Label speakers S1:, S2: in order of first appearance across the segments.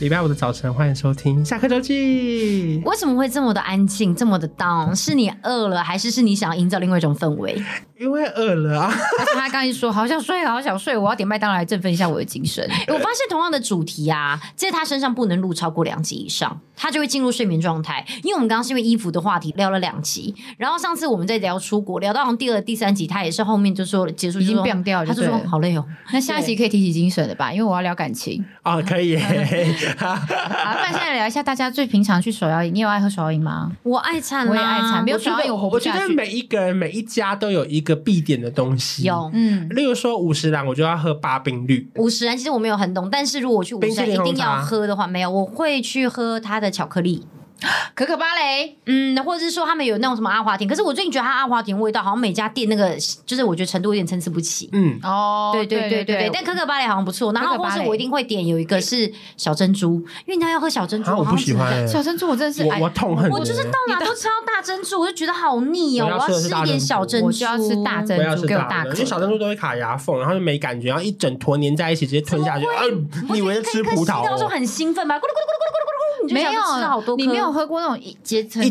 S1: 礼拜五的早晨，欢迎收听下课周记。
S2: 为什么会这么的安静，这么的 down？是你饿了，还是是你想要营造另外一种氛围？
S1: 因为饿了啊，
S2: 而且他刚一说好想睡，好想睡，我要点麦当劳来振奋一下我的精神。 我发现同样的主题啊，在他身上不能录超过两集以上，他就会进入睡眠状态。因为我们刚刚是因为衣服的话题聊了两集，然后上次我们在聊出国，聊到好像第二、第三集，他也是后面就说结束就
S3: 已经
S2: 说
S3: 变掉了
S2: 他就
S3: 就
S2: 说
S3: 对了
S2: 好累哦。
S3: 那下一集可以提起精神了吧？因为我要聊 感情。
S1: 哦，可以耶，
S3: 好，那现在聊一下大家最平常去手摇饮，你有爱喝手摇饮吗？
S2: 我爱惨啦，啊
S3: 我也爱惨没有
S2: 我觉得
S3: 手摇饮我活
S1: 我
S3: 不
S1: 觉
S3: 下
S1: 得
S3: 去
S1: 每一个人每一家都有一个必点的东西。，
S2: 有。
S3: 嗯，
S1: 例如说五十兰，我就要喝八冰绿。
S2: 五十兰其实我没有很懂，但是如果我去五
S1: 冰
S2: 十
S1: 淇
S2: 兰
S1: 淋
S2: 一
S1: 红
S2: 定要
S1: 茶
S2: 喝的话，没有，我会去喝它的巧克力，
S3: 可可芭蕾，
S2: 嗯，或者是说他们有那种什么阿华田，可是我最近觉得它阿华田味道好像每家店那个，就是我觉得程度有点参差不齐。
S1: 嗯，
S3: 哦
S2: 对对对对对，但可可芭蕾好像不错，然后
S3: 可可
S2: 或
S3: 芭蕾
S2: 是我一定会点有一个是小珍珠，因为他要喝小珍珠，
S1: 啊，我
S2: 好
S1: 不
S2: 像
S1: 喜
S2: 只能
S1: 欢耶。
S3: 小珍珠我真的是哎
S1: 我我痛恨你。
S2: 我就是到哪都吃到大珍珠，我就觉得好腻哦，
S1: 我要
S2: 要
S1: 吃的是
S2: 吃一点小珍珠，
S3: 我就要吃大珍
S1: 我要
S3: 珠，
S1: 吃
S3: 给我
S1: 大
S3: 大
S1: 的，
S3: 颗
S1: 因为小珍珠都会卡牙缝，然后就没感觉，然后一整坨粘在一起，直接吞下去。呃，你以为在吃葡萄
S2: 我觉得一颗一颗吸到就
S1: 哦？
S2: 很兴奋吧，咕噜咕噜咕噜咕噜咕噜咕噜，你就
S3: 没
S2: 想
S3: 有
S2: 吃好多颗，
S3: 你没有喝过那种一结成
S1: 一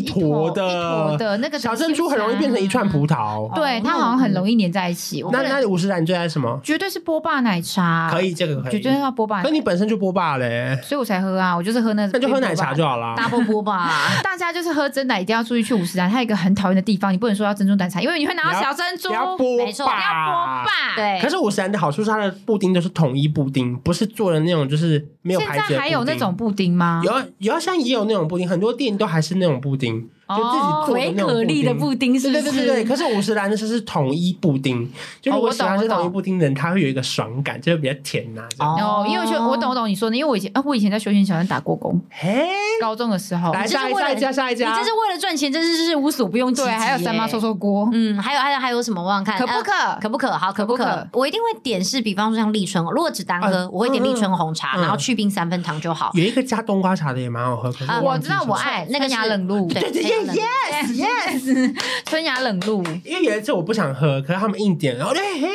S1: 坨
S3: 坨
S1: 的
S3: 一坨的那个
S1: 小珍珠很容易变成一串葡
S3: 萄，
S1: 萄。
S3: 对，它好像很容易粘在一起。我
S1: 那
S3: 个人
S1: 那五十兰你最爱什么？
S3: 绝对是波霸奶
S2: 啊
S3: 茶，
S1: 可以，，这个可
S3: 绝
S1: 以
S3: 对。要波霸
S1: 可，你本身就波霸嘞，
S3: 所以我才喝啊，我就是喝那
S1: 那就喝奶茶就
S3: 好。
S1: 好啦。
S2: 大波波吧。
S3: 大家就是喝真奶一定要注意去五十兰，它有一个很讨厌的地方，你不能说要珍珠奶茶，因为你会拿到小珍珠，
S1: 你要波霸
S3: 没错，你要波霸，
S2: 对
S1: 可是五十兰的好处是它的布丁都是统一布丁，不是做的那种就是没有
S3: 现
S1: 牌子的
S3: 在还有
S1: 布丁
S3: 那种布丁吗？
S1: 有啊有啊，现在也有那种布丁，很多店都还是那种布丁，就自己做的
S2: 维
S1: 那种
S2: 可
S1: 布
S2: 利
S1: 丁
S2: 的布丁是不
S1: 对
S2: 是？
S1: 对对对对，可是五十兰的是是统一布丁，就如
S3: 哦我
S1: 果
S3: 懂
S1: 喜欢吃
S3: 我懂
S1: 统一布丁的人，他会有一个爽感，就会比较甜呐、这样
S2: 哦
S3: 哦，因为我觉得我懂我懂你说的，因为我以前啊，我以前在休闲小站打过工，
S1: 嘿，
S3: 高中的时候，
S1: 哎来
S2: 你这
S1: 下
S2: 是
S1: 一
S2: 为
S1: 家
S2: 了
S1: 下一家下一
S2: 你
S1: 家
S2: 这，是为了赚钱，真是是无所不用其极
S3: 对，
S2: 耶。
S3: 还有三妈臭臭锅，
S2: 嗯，还有还有还有什么？我想看，
S3: 可不可
S2: 呃可不可？好，可不
S3: 可呃
S2: 可
S3: 不？
S2: 我一定会点是，比方说像立春，如果只单喝
S1: 嗯，
S2: 我会点立春红茶，
S1: 嗯嗯
S2: 然后去冰三分糖就好。
S1: 有一个加冬瓜茶的也蛮好喝，可是
S2: 啊
S3: 我
S1: 忘记
S3: 知道
S1: 是
S3: 我
S1: 什么
S3: 爱
S2: 那个是
S3: 春芽冷露，
S2: 对
S1: 对对
S2: 非常冷
S1: yes yes，
S3: 春芽冷露，
S1: 因为有一次我不想喝，可是他们硬点，然后哎嘿，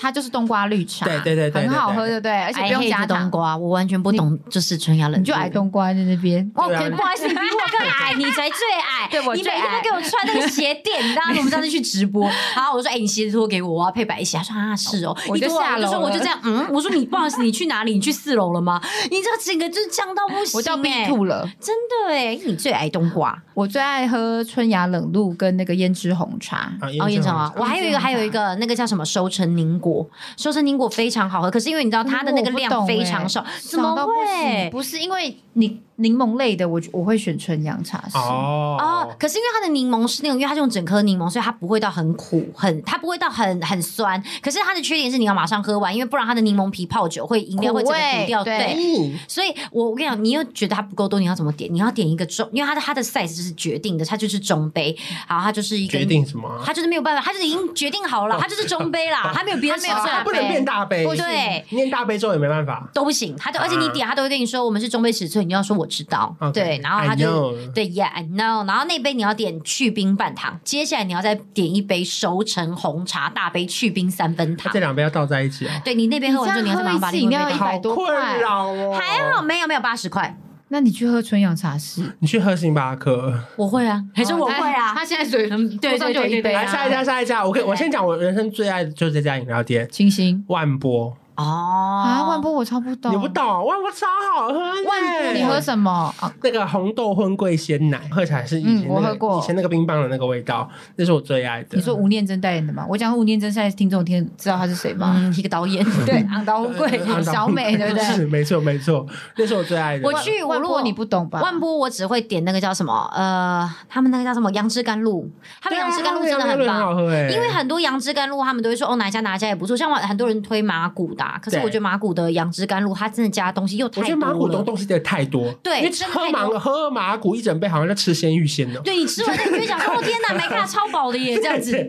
S3: 它就是冬瓜绿茶，
S1: 对对对对对
S3: 很好喝，对不对？而且不用
S2: I hate
S3: 加
S2: 冬
S3: 糖，
S2: 瓜，我完全不懂，就是春芽冷，
S3: 你就矮。冬瓜在那边。
S2: 哦，
S1: 对啊
S2: 可以不好意思，你比我更矮，你才最矮。
S3: 对我
S2: 你每
S3: 最
S2: 天
S3: 矮
S2: 都给我穿那个鞋垫，你知道吗？我们上次去直 播，然后我说：“哎，你鞋子脱给我，我要配白鞋。”他说：“啊，是哦。”
S3: 我就
S2: 一脱完
S3: 下楼
S2: 我就说：“我就
S3: 了
S2: 这样，嗯。”我说：“你不好意思，你去哪里？你去四楼了吗？”你这整个就是降到不行，
S3: 我叫 B
S2: 哎
S3: 兔了，
S2: 真的哎，你最爱冬瓜
S3: 我最爱喝春芽冷露跟那个胭脂红茶。
S1: 啊
S2: 哦，
S1: 烟
S2: 燕城
S1: 肠
S2: 啊，我还有一个，
S3: 燕城
S2: 还有一个那个叫什么收成凝果，收成凝果非常好喝，可是因为你知道
S3: 哦
S2: 它的那个量非常少，怎么
S3: 欸少到不行
S2: 会？
S3: 不是因为柠柠檬类的，我我会选纯阳茶是
S2: 哦
S1: 哦，，
S2: 可是因为它的柠檬是那种，因为它是用整颗柠檬，所以它不会到很苦，很它不会到很很酸。可是它的缺点是你要马上喝完，因为不然它的柠檬皮泡久会饮料会整个
S3: 苦味
S2: 苦掉。
S3: 对
S2: 对，
S1: 嗯
S2: 所以我我跟你讲，你又觉得它不够多，你要怎么点？你要点一个中，因为它的它的 size 就是决定的，它就是中杯，好，它就是一个
S1: 决定什么啊？
S2: 他就是没有办法，他就是已经决定好
S3: 哦
S2: 了，他就是中杯啦，他没有别的
S3: 他没有
S2: 选
S3: 大
S2: 项
S3: 杯
S1: 不能变大杯，
S3: 不行
S2: 对
S1: 念大杯之后也没办法。
S2: 都不行。他就
S3: 啊
S2: 而且你点，他都会跟你说我们是中杯尺寸，你就要说我知道
S1: OK，
S2: 对，然后他就
S1: I know
S2: 对，Yeah，I know。然后那杯你要点去冰半糖，接下来你要再点一杯熟成红茶大杯去冰三分
S1: 那
S2: 糖
S1: 这。两杯要倒在一起哦，
S2: 对你那杯喝完之后，你
S3: 你
S2: 要
S3: 这样
S2: 再马上把
S3: 喝一次
S2: 另外
S3: 饮料
S2: 一杯倒
S3: 100
S1: 好
S3: 多块
S1: 困扰哦。
S2: 还好没有没有八十块，
S3: 那你去喝纯阳茶是？
S1: 你去喝星巴克。
S2: 我会啊，还是我会
S3: 他
S2: 啊。
S3: 他现在嘴
S2: 嗯对
S3: 桌上就有一杯
S2: 对
S1: 来
S2: 对对对对
S3: 啊，
S1: 下一家，下一家，我可以我先讲我人生最爱的就是这家饮料店
S3: 清新
S1: 万波，
S2: 哦，
S3: 啊，万波我超不懂，
S1: 你不懂，啊欸万波超好喝的，
S3: 万波你喝什么？啊
S1: 那个红豆荤桂鲜奶，喝起来是以前、那
S3: 嗯我
S1: 个
S3: 喝过
S1: 以前那个冰棒的那个味道，那是我最爱的。
S3: 你说吴念真代言的吗？我讲吴念真，现在听众听知道他是谁吗？
S2: 嗯，一个导演，
S3: 对，昂达红贵
S1: 呃呃
S3: 小美，对不对？
S1: 是，没错没错，那是我最爱的。
S2: 我去，我
S3: 万
S2: 如
S3: 波
S2: 果
S3: 你不懂吧？
S2: 万波我只会点那个叫什么，呃，他们那个叫什么杨枝甘露，他们
S1: 对啊
S2: 杨枝甘露真的
S1: 它
S2: 很
S1: 很
S2: 棒。
S1: 好喝哎、
S2: 因为很多杨枝甘露，他们都会说哦，哪一家哪一家也不错。像我很多人推麻古的、大，可是
S1: 对
S2: 我觉得马古的养殖甘露，它真的加的东西又太
S1: 我
S2: 多
S1: 觉得
S2: 了。
S1: 马古东东西真的太多，
S2: 对
S1: 因为
S2: 真的
S1: 喝
S2: 太
S1: 马
S2: 多
S1: 喝马古一整杯好像在吃鲜芋仙呢。
S2: 对你吃完那你就会想说，哦天 哪，没看超饱的耶，这样子。因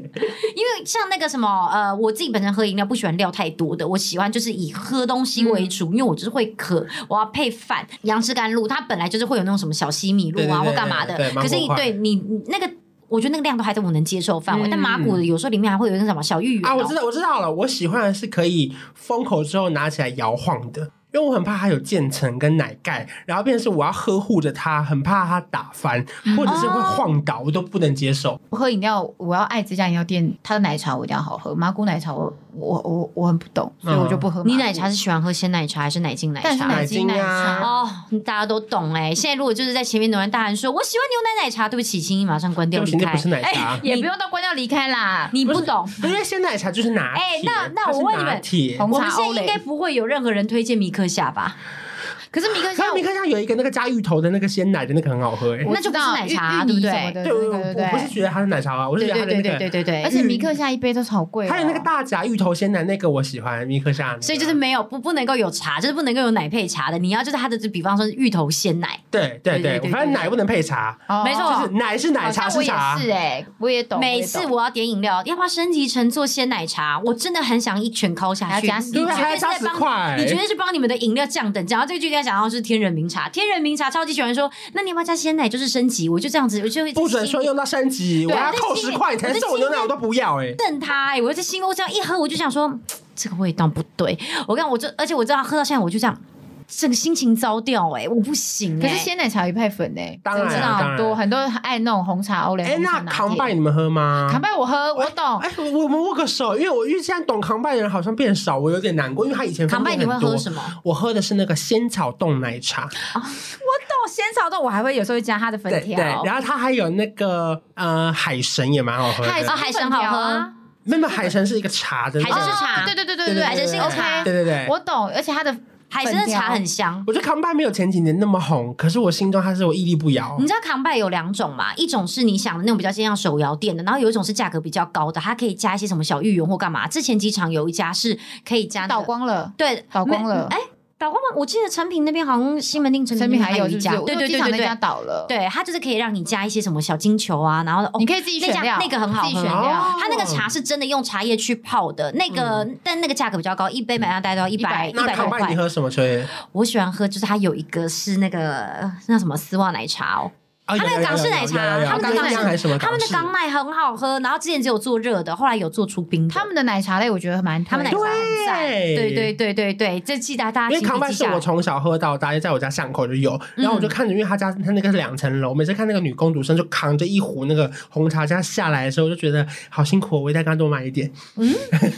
S2: 为像那个什么，呃，我自己本身喝饮料不喜欢料太多的，我喜欢就是以喝东西为
S1: 嗯
S2: 主，因为我就是会渴，我要配饭。杨枝甘露它本来就是会有那种什么小西米露啊
S1: 对对对
S2: 或干嘛的
S1: 对，对
S2: 可是你
S1: 芒果
S2: 对你你那个。我觉得那个量都还在我能接受范围，
S1: 嗯
S2: 但麻古的有时候里面还会有那个什么小芋 圆、
S1: 啊，
S2: 哦
S1: 我知道，我知道了。我喜欢的是可以封口之后拿起来摇晃的，因为我很怕它有渐层跟奶盖，然后变成是我要呵护着它，很怕它打翻
S2: 嗯
S1: 或者是会晃倒，我都不能接
S2: 哦
S1: 受。
S3: 我喝饮料，我要爱这家饮料店，它的奶茶我一定要好喝。麻古奶茶我我我我很不懂，所以我就不喝麻古。
S2: 你奶茶是喜欢喝鲜奶茶还是奶精奶茶？
S3: 但是嗯奶精奶
S1: 嗯奶精啊
S3: 茶，
S2: 哦，大家都懂哎、现在如果就是在前面有人大喊说“我喜欢牛奶奶茶”，对不起，请你马上关掉
S1: 对不
S2: 离
S1: 起，那
S2: 开。
S1: 不是奶
S2: 哎
S1: 茶，
S3: 也不用到关掉离开啦。
S2: 你不懂。
S1: 因为鲜奶茶就是拿铁。
S2: 哎那那
S1: 它是
S2: 我问你
S1: 拿
S2: 们
S1: 铁
S3: 红
S2: 我
S3: 茶
S2: 们现
S3: 欧
S2: 在
S3: 蕾
S2: 应该不会有任何人推荐米克夏吧？
S3: 可是米克
S1: 然
S3: 夏
S1: 后，你看像有一个那个加芋头的那个鲜奶的那个很好喝、哎
S3: 我
S2: 那就不是奶茶
S3: 芋芋
S2: 对不
S3: 泥
S2: 对
S3: 什么的
S1: 对，我我
S3: 对对
S1: 我不是
S3: 对
S1: 觉得它是奶茶啊，我是
S2: 对
S1: 觉得它
S2: 对
S1: 的
S2: 对
S1: 那
S2: 对对
S1: 个，
S2: 对对，
S3: 而且米克夏一杯都好贵哦，
S1: 还有那个大夹芋头鲜奶那个我喜欢，米克夏、那个
S2: 所以就是没有不不能够有茶，就是不能够有奶配茶的。你要就是它的，就比方说是芋头鲜奶，
S1: 对对
S2: 对
S1: 对，
S2: 对
S1: 我
S2: 对
S1: 发现
S2: 对
S1: 奶不能配茶，
S3: 哦，
S2: 没错
S1: 就是奶是奶，
S3: 好
S1: 茶
S3: 像
S1: 是
S3: 我也
S1: 茶。
S3: 是哎，我也懂。
S2: 每
S3: 也懂
S2: 次我要点饮料，要不要升级成做鲜奶茶？我真的很想一拳敲下去，
S3: 还要加十
S2: 你
S1: 对，啊
S2: 绝
S3: 块
S2: 对
S1: 还
S2: 是
S1: 要加
S2: 在
S1: 十
S2: 帮
S1: 块，哎
S2: 你绝对是帮你们的饮料降等。讲到这个就应该讲到是天人茗茶，天人茗茶超级喜欢说，那你要不要加鲜奶？就是升级，我就这样子，我就会
S1: 不准说用到升级，我
S2: 对
S1: 要
S2: 我在
S1: 扣
S2: 心
S1: 十
S2: 里
S1: 块，你才
S2: 我在
S1: 送我
S2: 心
S1: 牛奶，
S2: 里
S1: 我都不要哎、
S2: 瞪他、欸，我在心我这样一喝，我就想说嘖这个味道不对。我看我这，而且我知道喝到现在，我就这样，整个心情糟掉、欸，哎，我不行、欸，
S3: 可是鲜奶茶有配粉哎，
S1: 当然
S3: 真的
S1: 啊当
S3: 很
S1: 然
S3: 多很多人爱那种红茶欧蕾。
S1: 哎、那
S3: 康
S1: 扛拜你们喝吗？
S3: 康拜我喝，我
S2: 哦
S3: 懂
S1: 哎、。我我们握个手，因为我因为现在懂扛拜的人好像变少，我有点难过，因为他以前
S2: 扛拜你会喝什
S1: 么？
S2: 么？
S1: 我喝的是那个仙草冻奶茶，
S3: 豆鲜草豆，我还会有时候会加它的粉
S1: 对对，
S3: 条。
S1: 然后它还有那个呃海神也蛮好喝
S3: 海
S1: 的，
S2: 哦海参好喝
S3: 啊
S2: 哦
S1: 没有没有海神是一个茶的，
S2: 海参是茶
S3: 对对对对
S1: 对对
S3: 对，
S1: 对
S2: 海参是一个
S3: OK
S2: 茶
S1: 对对对。
S3: 我懂，而且它的
S2: 海参的茶很香。
S1: 我觉得扛拜没有前几年那么红，可是我心中它是我屹立不摇
S2: 你。知道扛拜有两种嘛？一种是你想的那种比较像手摇店的，然后有一种是价格比较高的，它可以加一些什么小芋圆或干嘛。之前机场有一家是可以加、那个
S3: 倒，光了，
S2: 对，
S3: 倒光了
S2: 没哎，倒光吗？我记得成品那边好像西门町成
S3: 陈
S2: 品
S3: 明还有
S2: 一
S3: 是不是
S2: 家，对对对对
S3: 那家
S2: 对，
S3: 倒了，，
S2: 对，它就是可以让你加一些什么小金球啊，然后哦
S3: 你可以自己选
S2: 那家
S3: 料，
S2: 那个很好喝
S3: 自己选料，
S1: 哦嗯
S2: 它那个茶是真的用茶叶去泡的，那个、但那个价格比较高，一杯买下大概都要一百
S3: 100
S2: 一
S1: 那
S2: 百多
S1: 扛拜你
S2: 块。
S1: 喝什么？秋叶
S2: 我喜欢喝，就是它有一个是那个那什么丝袜奶茶哦，
S1: 啊，有
S2: 他那
S1: 有
S2: 个港式
S1: 有有
S2: 奶茶
S1: 有有有
S2: 他们的
S1: 港式
S2: 港式
S1: 还是什么？
S2: 他们的港奶很好喝，然后之前只有做热的，后来有做出冰的。
S3: 他们的奶茶类我觉得蛮
S2: 他们奶茶很赞，
S1: 对
S2: 对对对对对，这记得大家
S1: 因为
S2: 请
S1: 康拜
S2: 记
S1: 是
S2: 下
S1: 我
S2: 来。
S1: 从小喝到大，在我家巷口就有。
S2: 嗯
S1: 然后我就看着，因为他家他那个是两层楼，每次看那个女公主生就扛着一壶那个红茶这样下来的时候，我就觉得好辛苦哦，我一定要跟她多买一点。
S3: 而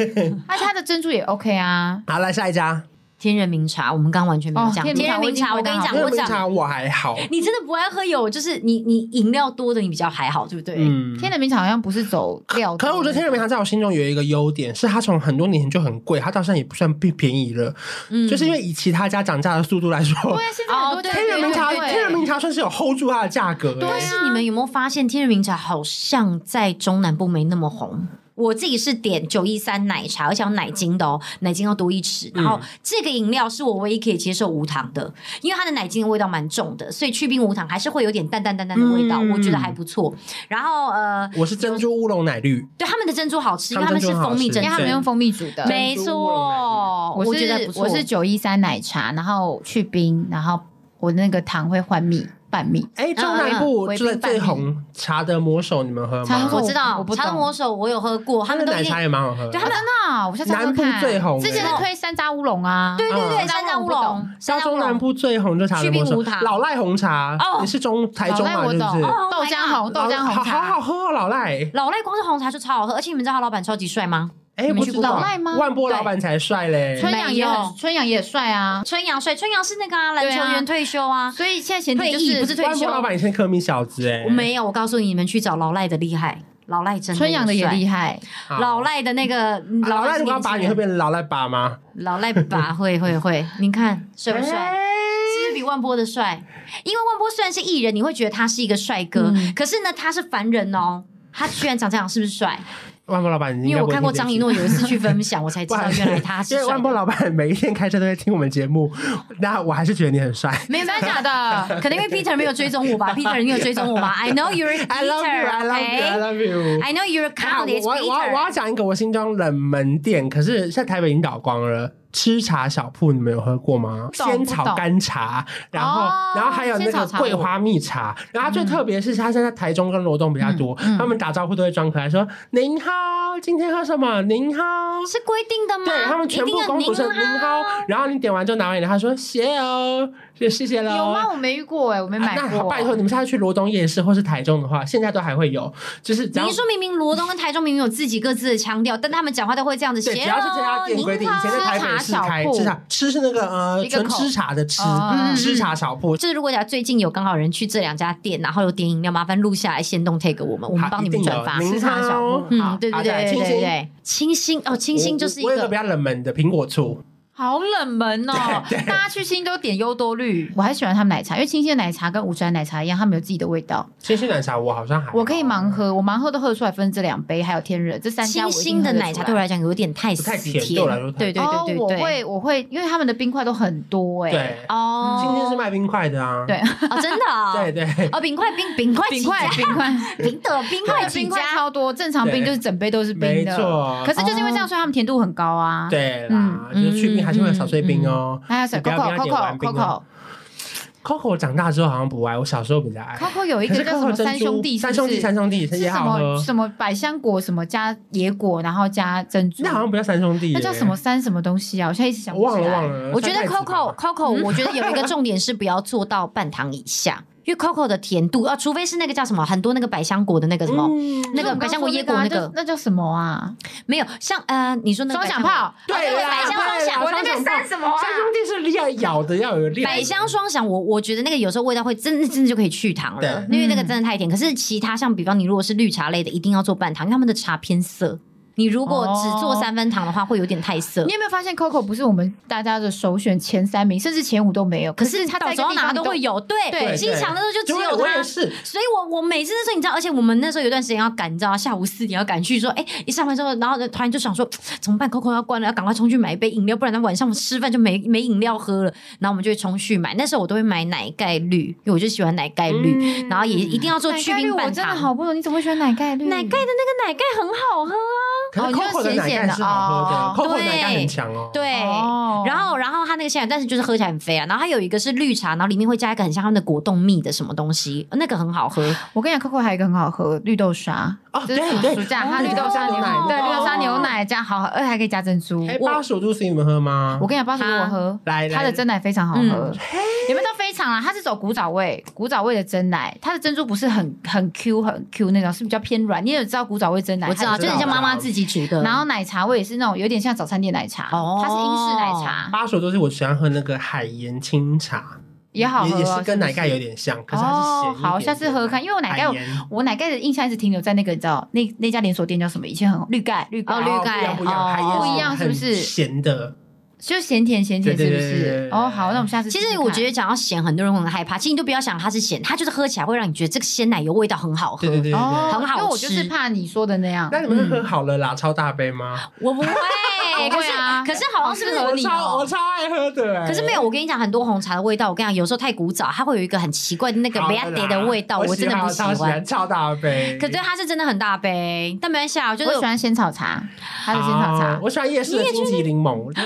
S3: 且它的珍珠也 OK 啊，
S1: 好，来下一家，
S2: 天人茗茶，我们刚完全没有
S3: 哦
S2: 讲。
S3: 天人茗
S2: 天人
S3: 茶我
S2: 茗
S3: 已经
S2: 茶，我
S3: 回答
S2: 跟你
S3: 好
S2: 讲，
S1: 那
S2: 我
S1: 个冰
S2: 讲，
S1: 茶我还好，
S2: 你真的不爱喝有，就是你你饮料多的你比较还好，对不对？
S1: 嗯。
S3: 天人茗茶好像不是走料的，
S1: 可是我觉得天人茗茶在我心中有一个优点，是它从很多年前就很贵，它到现在也不算便便宜了。
S2: 嗯
S1: 就是因为以其他家涨价的速度来说
S3: 对，啊，现在很多
S2: 哦对
S1: 天人茗茶
S3: 对对对
S1: 天人茗茶算是有 hold 住它的价格。欸
S2: 但是你们有没有发现，天人茗茶好像在中南部没那么红？我自己是点九一三奶茶，而且有奶精的哦，奶精要多一匙。
S1: 嗯
S2: 然后这个饮料是我唯一可以接受无糖的，因为它的奶精的味道蛮重的，所以去冰无糖还是会有点淡淡淡淡的味道，
S1: 嗯
S2: 我觉得还不错。然后呃，
S1: 我是珍珠乌龙奶绿，
S2: 对他们的珍珠好吃，因为
S1: 他
S2: 他
S1: 们
S2: 们
S1: 珍
S2: 是
S1: 珠很好
S2: 蜂蜜
S1: 吃
S2: 珍
S3: 因为他
S2: 珠
S3: 们，用蜂蜜煮的，
S2: 没
S1: 珍珠乌龙奶
S2: 错，
S3: 我
S2: 觉得
S3: 是
S2: 不错。
S3: 我是九一三奶茶，然后去冰，然后我那个糖会换蜜拌蜜，
S1: 哎，中南部
S3: 嗯嗯嗯
S1: 就是最红茶的魔手，你们喝
S3: 茶
S1: 吗
S3: 的？魔
S2: 我
S3: 手
S2: 知道
S3: 我不懂
S2: 茶的魔手，我有喝过，他
S1: 它
S2: 们
S1: 的
S2: 都一
S1: 奶
S2: 定
S1: 茶也蛮好喝
S2: 对
S1: 的。
S2: 他们
S3: 真的啊，我下次喝喝
S1: 南部
S3: 看
S1: 最红
S3: 之前
S1: 欸
S3: 是推山楂乌龙啊，
S2: 对对对，
S1: 嗯
S2: 山楂乌
S3: 我不
S2: 龙
S3: 懂，
S2: 山
S1: 到
S2: 楂乌
S1: 中南
S2: 龙。
S1: 部最红就是茶的魔
S2: 去冰
S1: 手
S2: 无，糖
S1: 老赖红茶
S2: 哦
S1: 也是中台
S3: 老
S1: 中
S3: 赖
S1: 嘛，
S3: 我
S1: 是
S3: 懂，
S1: 不是？
S2: 哦
S3: 豆浆红豆
S1: 老
S3: 浆
S1: 好
S3: 红
S1: 好好
S3: 茶，
S1: 喝哦，老赖。
S2: 老赖光是红茶就超好喝，而且你们知道他老板超级帅吗？
S1: 哎，
S2: 你们
S1: 不
S2: 去
S1: 知
S2: 过
S1: 道
S3: 老赖吗
S1: 万波老板才帅嘞。
S3: 春阳也
S2: 没
S3: 很
S2: 有
S3: 春阳也帅啊，
S2: 春阳帅，春阳是那个啊，篮
S3: 对啊
S2: 球员退休啊。
S3: 所以现在前提就
S2: 退役
S3: 是
S2: 不是退
S1: 万波老板以前是科米小子哎
S2: 我，没有，我告诉你们去找老赖的厉害，老赖真的
S3: 春阳的也
S2: 帅
S3: 厉害，
S1: 好
S2: 老赖的那个嗯
S1: 啊啊老
S2: 赖
S1: 赖
S2: 是
S1: 如果要
S2: 年轻
S1: 把
S2: 人
S1: 你会变老赖把吗？
S2: 老赖吧，会会会，你看帅不帅？
S1: 哎
S2: 是不是比万波的帅？因为万波虽然是艺人，你会觉得他是一个帅哥，
S3: 嗯
S2: 可是呢，他是凡人哦。他居然长这样，是不是帅？
S1: 万波老板，你应
S2: 因
S1: 该
S2: 为我
S1: 不会
S2: 看过
S1: 听这
S2: 张
S1: 一
S2: 一
S1: 集
S2: 诺有一次去分享，我才知
S1: 不好
S2: 道
S1: 意思，
S2: 原来他 是
S1: 因为
S2: 帅
S1: 万波
S2: 的。
S1: 老板每一天开车都在听我们节目，那我还是觉得你很帅。
S2: 没有真的假的，可能 因为 Peter 没有追踪我吧？Peter 你有追踪我吗？I know you're
S1: I love you, I love you, I
S2: Peter，OK？I
S1: love you。
S2: know you're counted
S1: 我我要我要
S2: Peter。
S1: 讲一个我心中冷门店，可是现在台北已经倒光了。吃茶小铺，你们有喝过吗？
S3: 懂
S1: 仙草
S3: 不懂
S1: 干茶，然后、
S3: 哦
S1: 然后还有那
S3: 仙草
S1: 个
S3: 茶嗯
S1: 桂花蜜茶，然后它最特别是它现在台中跟罗东比较多，
S3: 嗯嗯
S1: 他们打招呼都会装可爱，说您好，今天喝什么？您好，
S2: 是规定的吗？
S3: 嗯
S1: 对他们全部
S2: 一定要
S1: 公主是
S2: 您
S1: 您好，然后你点完之后拿回来，他说谢哦，谢谢谢喽。
S3: 有吗？我没遇过哎，我没
S1: 啊
S3: 买
S1: 那好
S3: 过。
S1: 拜托，你们下次去罗东夜市或是台中的话，现在都还会有，就是只要
S2: 你说明明罗东跟台中明明有自己各自的腔调，但他们讲话都会这样子
S1: 对，
S2: 写。
S1: 只要是这家店规定，以前在台北市开
S3: 哦吃茶小铺
S1: 吃茶吃是那个呃
S3: 一个
S1: 纯
S3: 口
S1: 吃茶的吃
S3: 哦
S1: 吃茶小铺。
S2: 就是如果假如最近有刚好有人去这两家店，然后有点饮料，麻烦录下来，先动 take 我们，我们
S1: 好
S2: 帮你们
S1: 一定有哦
S2: 转发。
S1: 您
S3: 吃茶小
S1: 好
S3: 铺
S2: 嗯，对
S1: 好
S2: 对对
S1: 再来
S2: 对
S1: 清
S2: 对
S1: 新
S2: 对，清新哦，清新就是一
S1: 我我有个比
S2: 个
S1: 较冷门的苹果醋，
S3: 好冷门哦！大家去新都点优多绿，我还喜欢他们奶茶，因为清新的奶茶跟五十岚奶茶一样，他们有自己的味道。
S1: 清新奶茶我好像还
S3: 哦我可以盲喝，我盲喝都喝得出来分这两杯，还有天热这三家
S2: 清
S3: 我一定
S2: 新的
S3: 喝得
S2: 奶茶，
S3: 出
S2: 对我来讲有点太
S1: 不
S2: 死
S1: 太甜，对我来
S2: 甜。
S1: 说太
S2: 对对对
S3: 哦，我
S2: 对对，
S3: 会我会，因为他们的冰块都很多哎、
S1: 对。
S2: 哦，
S1: 今天是卖冰块的啊，
S3: 对
S2: 哦，真的哦，
S1: 对对，
S2: 哦，冰块冰冰块
S3: 冰
S2: 起
S3: 块
S2: 家
S3: 冰块
S2: 冰的冰
S3: 对
S2: 块
S1: 嗯
S2: 起
S3: 冰块
S2: 家，
S3: 超多，正常冰
S1: 对
S3: 就是整杯都是
S1: 没
S3: 冰的，
S1: 错
S3: 可，是就是因为这样，所以他们甜度很高啊。，
S1: 对啦，就是去
S3: 嗯
S1: 冰还是会有小碎冰哦。
S3: 还有谁
S1: 你不要跟
S3: 啊 Coco
S1: 他点完
S3: Coco
S1: 冰哦
S3: Coco
S1: Coco 长大之后好像不爱，我小时候比较爱。
S3: Coco 有一
S1: 哎可
S3: 个
S1: 是
S3: 叫什
S1: Coco
S3: 么
S1: 珍
S3: 三
S1: 珠
S3: 兄弟，
S1: 三兄弟，
S3: 是
S1: 三兄弟
S3: 不是是
S1: 也
S3: 什
S1: 好
S3: 么
S1: 喝。
S3: 什么百香果什么加野果，然后加珍珠，
S1: 那好像不叫三兄弟耶，
S3: 那叫什么三什么东西啊？我现在一直想
S1: 我
S3: 不
S1: 忘
S3: 起
S1: 了
S3: 来。
S1: 忘了。
S2: 我觉得
S1: 三太子吧
S2: Coco
S3: 嗯
S2: Coco，我觉得有一个重点是不要做到半糖以下，因为 Coco 的甜度啊，除非是那个叫什么，很多那个百香果的那个什么，
S1: 嗯
S2: 那个
S3: 我
S2: 百
S3: 刚
S2: 香
S3: 刚
S2: 果
S3: 说
S2: 椰果
S3: 那
S2: 那
S3: 个
S2: 个
S3: 那叫什么啊？
S2: 没有，像呃，你说那个
S3: 双
S2: 百香
S3: 响炮，
S1: 对啦，
S2: 百香双响
S1: 对啦啊
S2: 我那边
S1: 双响
S3: 三什么啊
S1: 三兄弟是要咬的，要有料。
S2: 百香双响，我我觉得那个有时候味道会真的真的就可以去糖了，
S1: 对
S2: 因为那个
S3: 嗯
S2: 真的太甜。可是其他像比方你如果是绿茶类的，一定要做半糖，因为他们的茶偏涩。你如果只做
S3: 哦
S2: 三分糖的话，会有点太涩
S3: 你。有没有发现 Coco 不是我们大家的首选前三名，甚至前五都没有？
S2: 可
S3: 可
S2: 是
S3: 它
S2: 到
S3: 在一个
S2: 走到
S3: 地
S2: 哪
S3: 方
S2: 都会
S3: 有。
S2: 有，对，
S3: 对
S2: 心想的时候就只
S1: 对
S2: 有
S1: 我
S2: 它
S1: 也。是，
S2: 所以我我每次那时候你知道，而且我们那时候有段时间要赶，你知道下午四点要赶去说，哎、一上班之后，然后突然就想说怎么办，Coco 要关了，要赶快冲去买一杯饮料，不然他晚上吃饭就没没饮料喝了。然后我们就会冲去买，那时候我都会买奶盖绿，因为我就喜欢奶盖绿，
S1: 嗯
S2: 然后也一定要做
S3: 奶
S2: 去
S3: 盖绿
S2: 冰
S3: 我
S2: 半
S3: 真的
S2: 糖。
S3: 好不懂，你怎么会喜欢奶盖绿？
S2: 奶盖的那个奶盖很好喝
S1: 可是
S2: 啊，
S3: 哦你就是
S1: Coco 的奶
S3: 咸咸
S1: 盖
S3: 的
S1: 是好喝的
S2: 哦
S1: ，Coco 的奶盖
S2: 对
S1: 很强哦。
S2: 对。
S3: 哦
S2: 然后，然后它那个现在，但是就是喝起来很飞啊。然后还有一个是绿茶，然后里面会加一个很像他们的果冻蜜的什么东西，那个很好喝。
S3: 我跟你讲，Coco 还有一个很好喝绿豆沙，
S1: 哦
S3: 就是
S1: 对对
S3: 暑假
S1: 哦
S3: 它绿豆沙
S1: 绿豆沙
S3: 牛
S1: 牛奶
S3: 对绿豆沙牛奶哦加好，而且还可以加珍珠。
S1: 哎，
S3: 我
S1: 巴蜀猪是你们喝吗？
S3: 我跟你讲，八叔我喝，
S1: 来
S3: 它
S1: 来
S3: 的真奶非常好喝，
S2: 嗯
S3: 有没有到非常啊？它是走古早味，古早味的真奶，它的珍珠不是很很 Q 很 Q 那种，是比较偏软。你也知道古早味真奶，
S2: 我知道，
S3: 它
S2: 就
S1: 知
S3: 的
S1: 道
S2: 很像妈妈自己煮
S1: 嗯
S2: 的。
S3: 然后奶茶味也是那种有点像早餐店奶茶，
S2: 哦
S3: 它是英式奶茶，
S1: 巴蜀猪是我喜欢喝那个海盐清茶，
S3: 也好喝、哦，
S1: 也是跟奶盖
S3: 是
S1: 有点像，
S3: 不
S1: 可
S3: 是
S1: 是它是咸
S3: 哦
S1: 一，点
S3: 好，下次喝喝看，因为我奶盖
S1: 海
S3: 我。
S1: 盐
S3: 我奶盖的印象一直停留在那个，你知道那那家连锁店叫什么？以前很绿盖，绿盖，
S2: 哦绿盖
S1: 哦不一样不一样，
S2: 哦
S1: 海盐
S2: 不一
S3: 样是不是
S1: 很咸的？
S3: 就咸甜咸甜，是不
S1: 对对对对对
S3: 是？哦，好，那我们下次
S2: 其
S3: 试
S2: 实
S3: 试
S2: 我
S3: 看
S2: 觉得讲到咸，很多人会很害怕。其实你都不要想它是咸，它就是喝起来会让你觉得这个鲜奶油味道很好喝。
S1: 对对对对
S3: 哦，
S1: 对。
S2: 很好
S3: 因为我就
S2: 吃
S3: 是怕你说的那样
S1: 那。你们喝好了啦，超大杯吗？
S2: 我不会
S3: 我，
S2: 可
S3: 会
S2: 是
S3: 啊
S2: 可是好哦像是不是
S1: 我
S2: 啊
S1: 超我超爱喝的，哎
S2: 可是没有，我跟你讲，很多红茶的味道，我跟你讲，有时候太古早，它会有一个很奇怪的那个
S1: 好
S2: b
S1: 的
S2: e
S1: 啦
S2: a 的味道，我真的不
S1: 喜欢，超喜
S2: 欢
S1: 欢。超大杯。
S2: 可对，它是真的很大杯，但没关系啊，我就是
S3: 我喜欢仙草茶，它的仙草
S1: 啊
S3: 茶。
S1: 我喜欢夜市的金桔柠檬啊，
S2: 哦我懂，我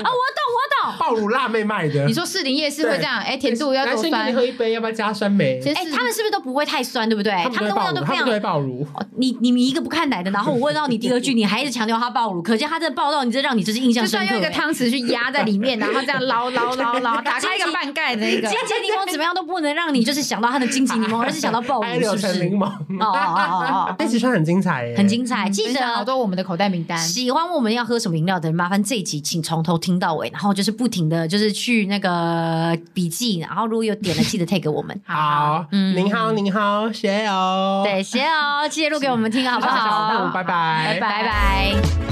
S2: 懂。
S1: 爆乳辣妹卖的。
S3: 你说士林夜市会这样？哎，甜度要
S1: 男
S3: 多
S1: 生给
S3: 酸
S1: 你？喝一杯，要不要加酸梅？
S3: 先
S2: 哎、
S3: 试
S2: 他们是不是都不会太酸，对不对？哎他
S1: 们
S2: 们
S1: 都
S2: 的
S1: 会
S2: 味道
S1: 爆乳，
S2: 都
S1: 他们
S2: 非常
S1: 都。会爆乳。
S2: 哦你你一个不看奶的，然后我问到你第二 句，你还一直强调它爆乳，可见它真的爆到你，这让你就是印象
S3: 就
S2: 深
S3: 算
S2: 刻、
S3: 用一个
S2: 哎
S3: 汤匙去压在里 面，然后这样捞捞捞捞，打开一个半盖的一 个
S2: 金。桔柠檬怎么样都不能让你就是想到它的金桔柠檬，而是想到 爆乳，
S3: 哎
S1: 还有
S2: 是
S1: 柳
S2: 不
S1: 橙
S2: 是
S1: 柠？檬，
S2: 哦 哦哦哦
S1: 那集算很精彩耶，
S2: 很精彩。记
S3: 嗯分享好
S2: 得
S3: 多我们的口袋名单。
S2: 喜欢我们要喝什么饮料的人，麻烦这一集请从头听到尾，然后就是不停的就是去那个笔记，然后如果有点了，记得 take 给我 们。
S1: 好，
S2: 嗯
S1: 您好，您好，谢哦，
S2: 对，谢谢哦，记得录给我们听，好
S1: 好，
S2: 不
S1: 小
S2: 好？
S1: 小布，拜拜，
S2: 拜拜。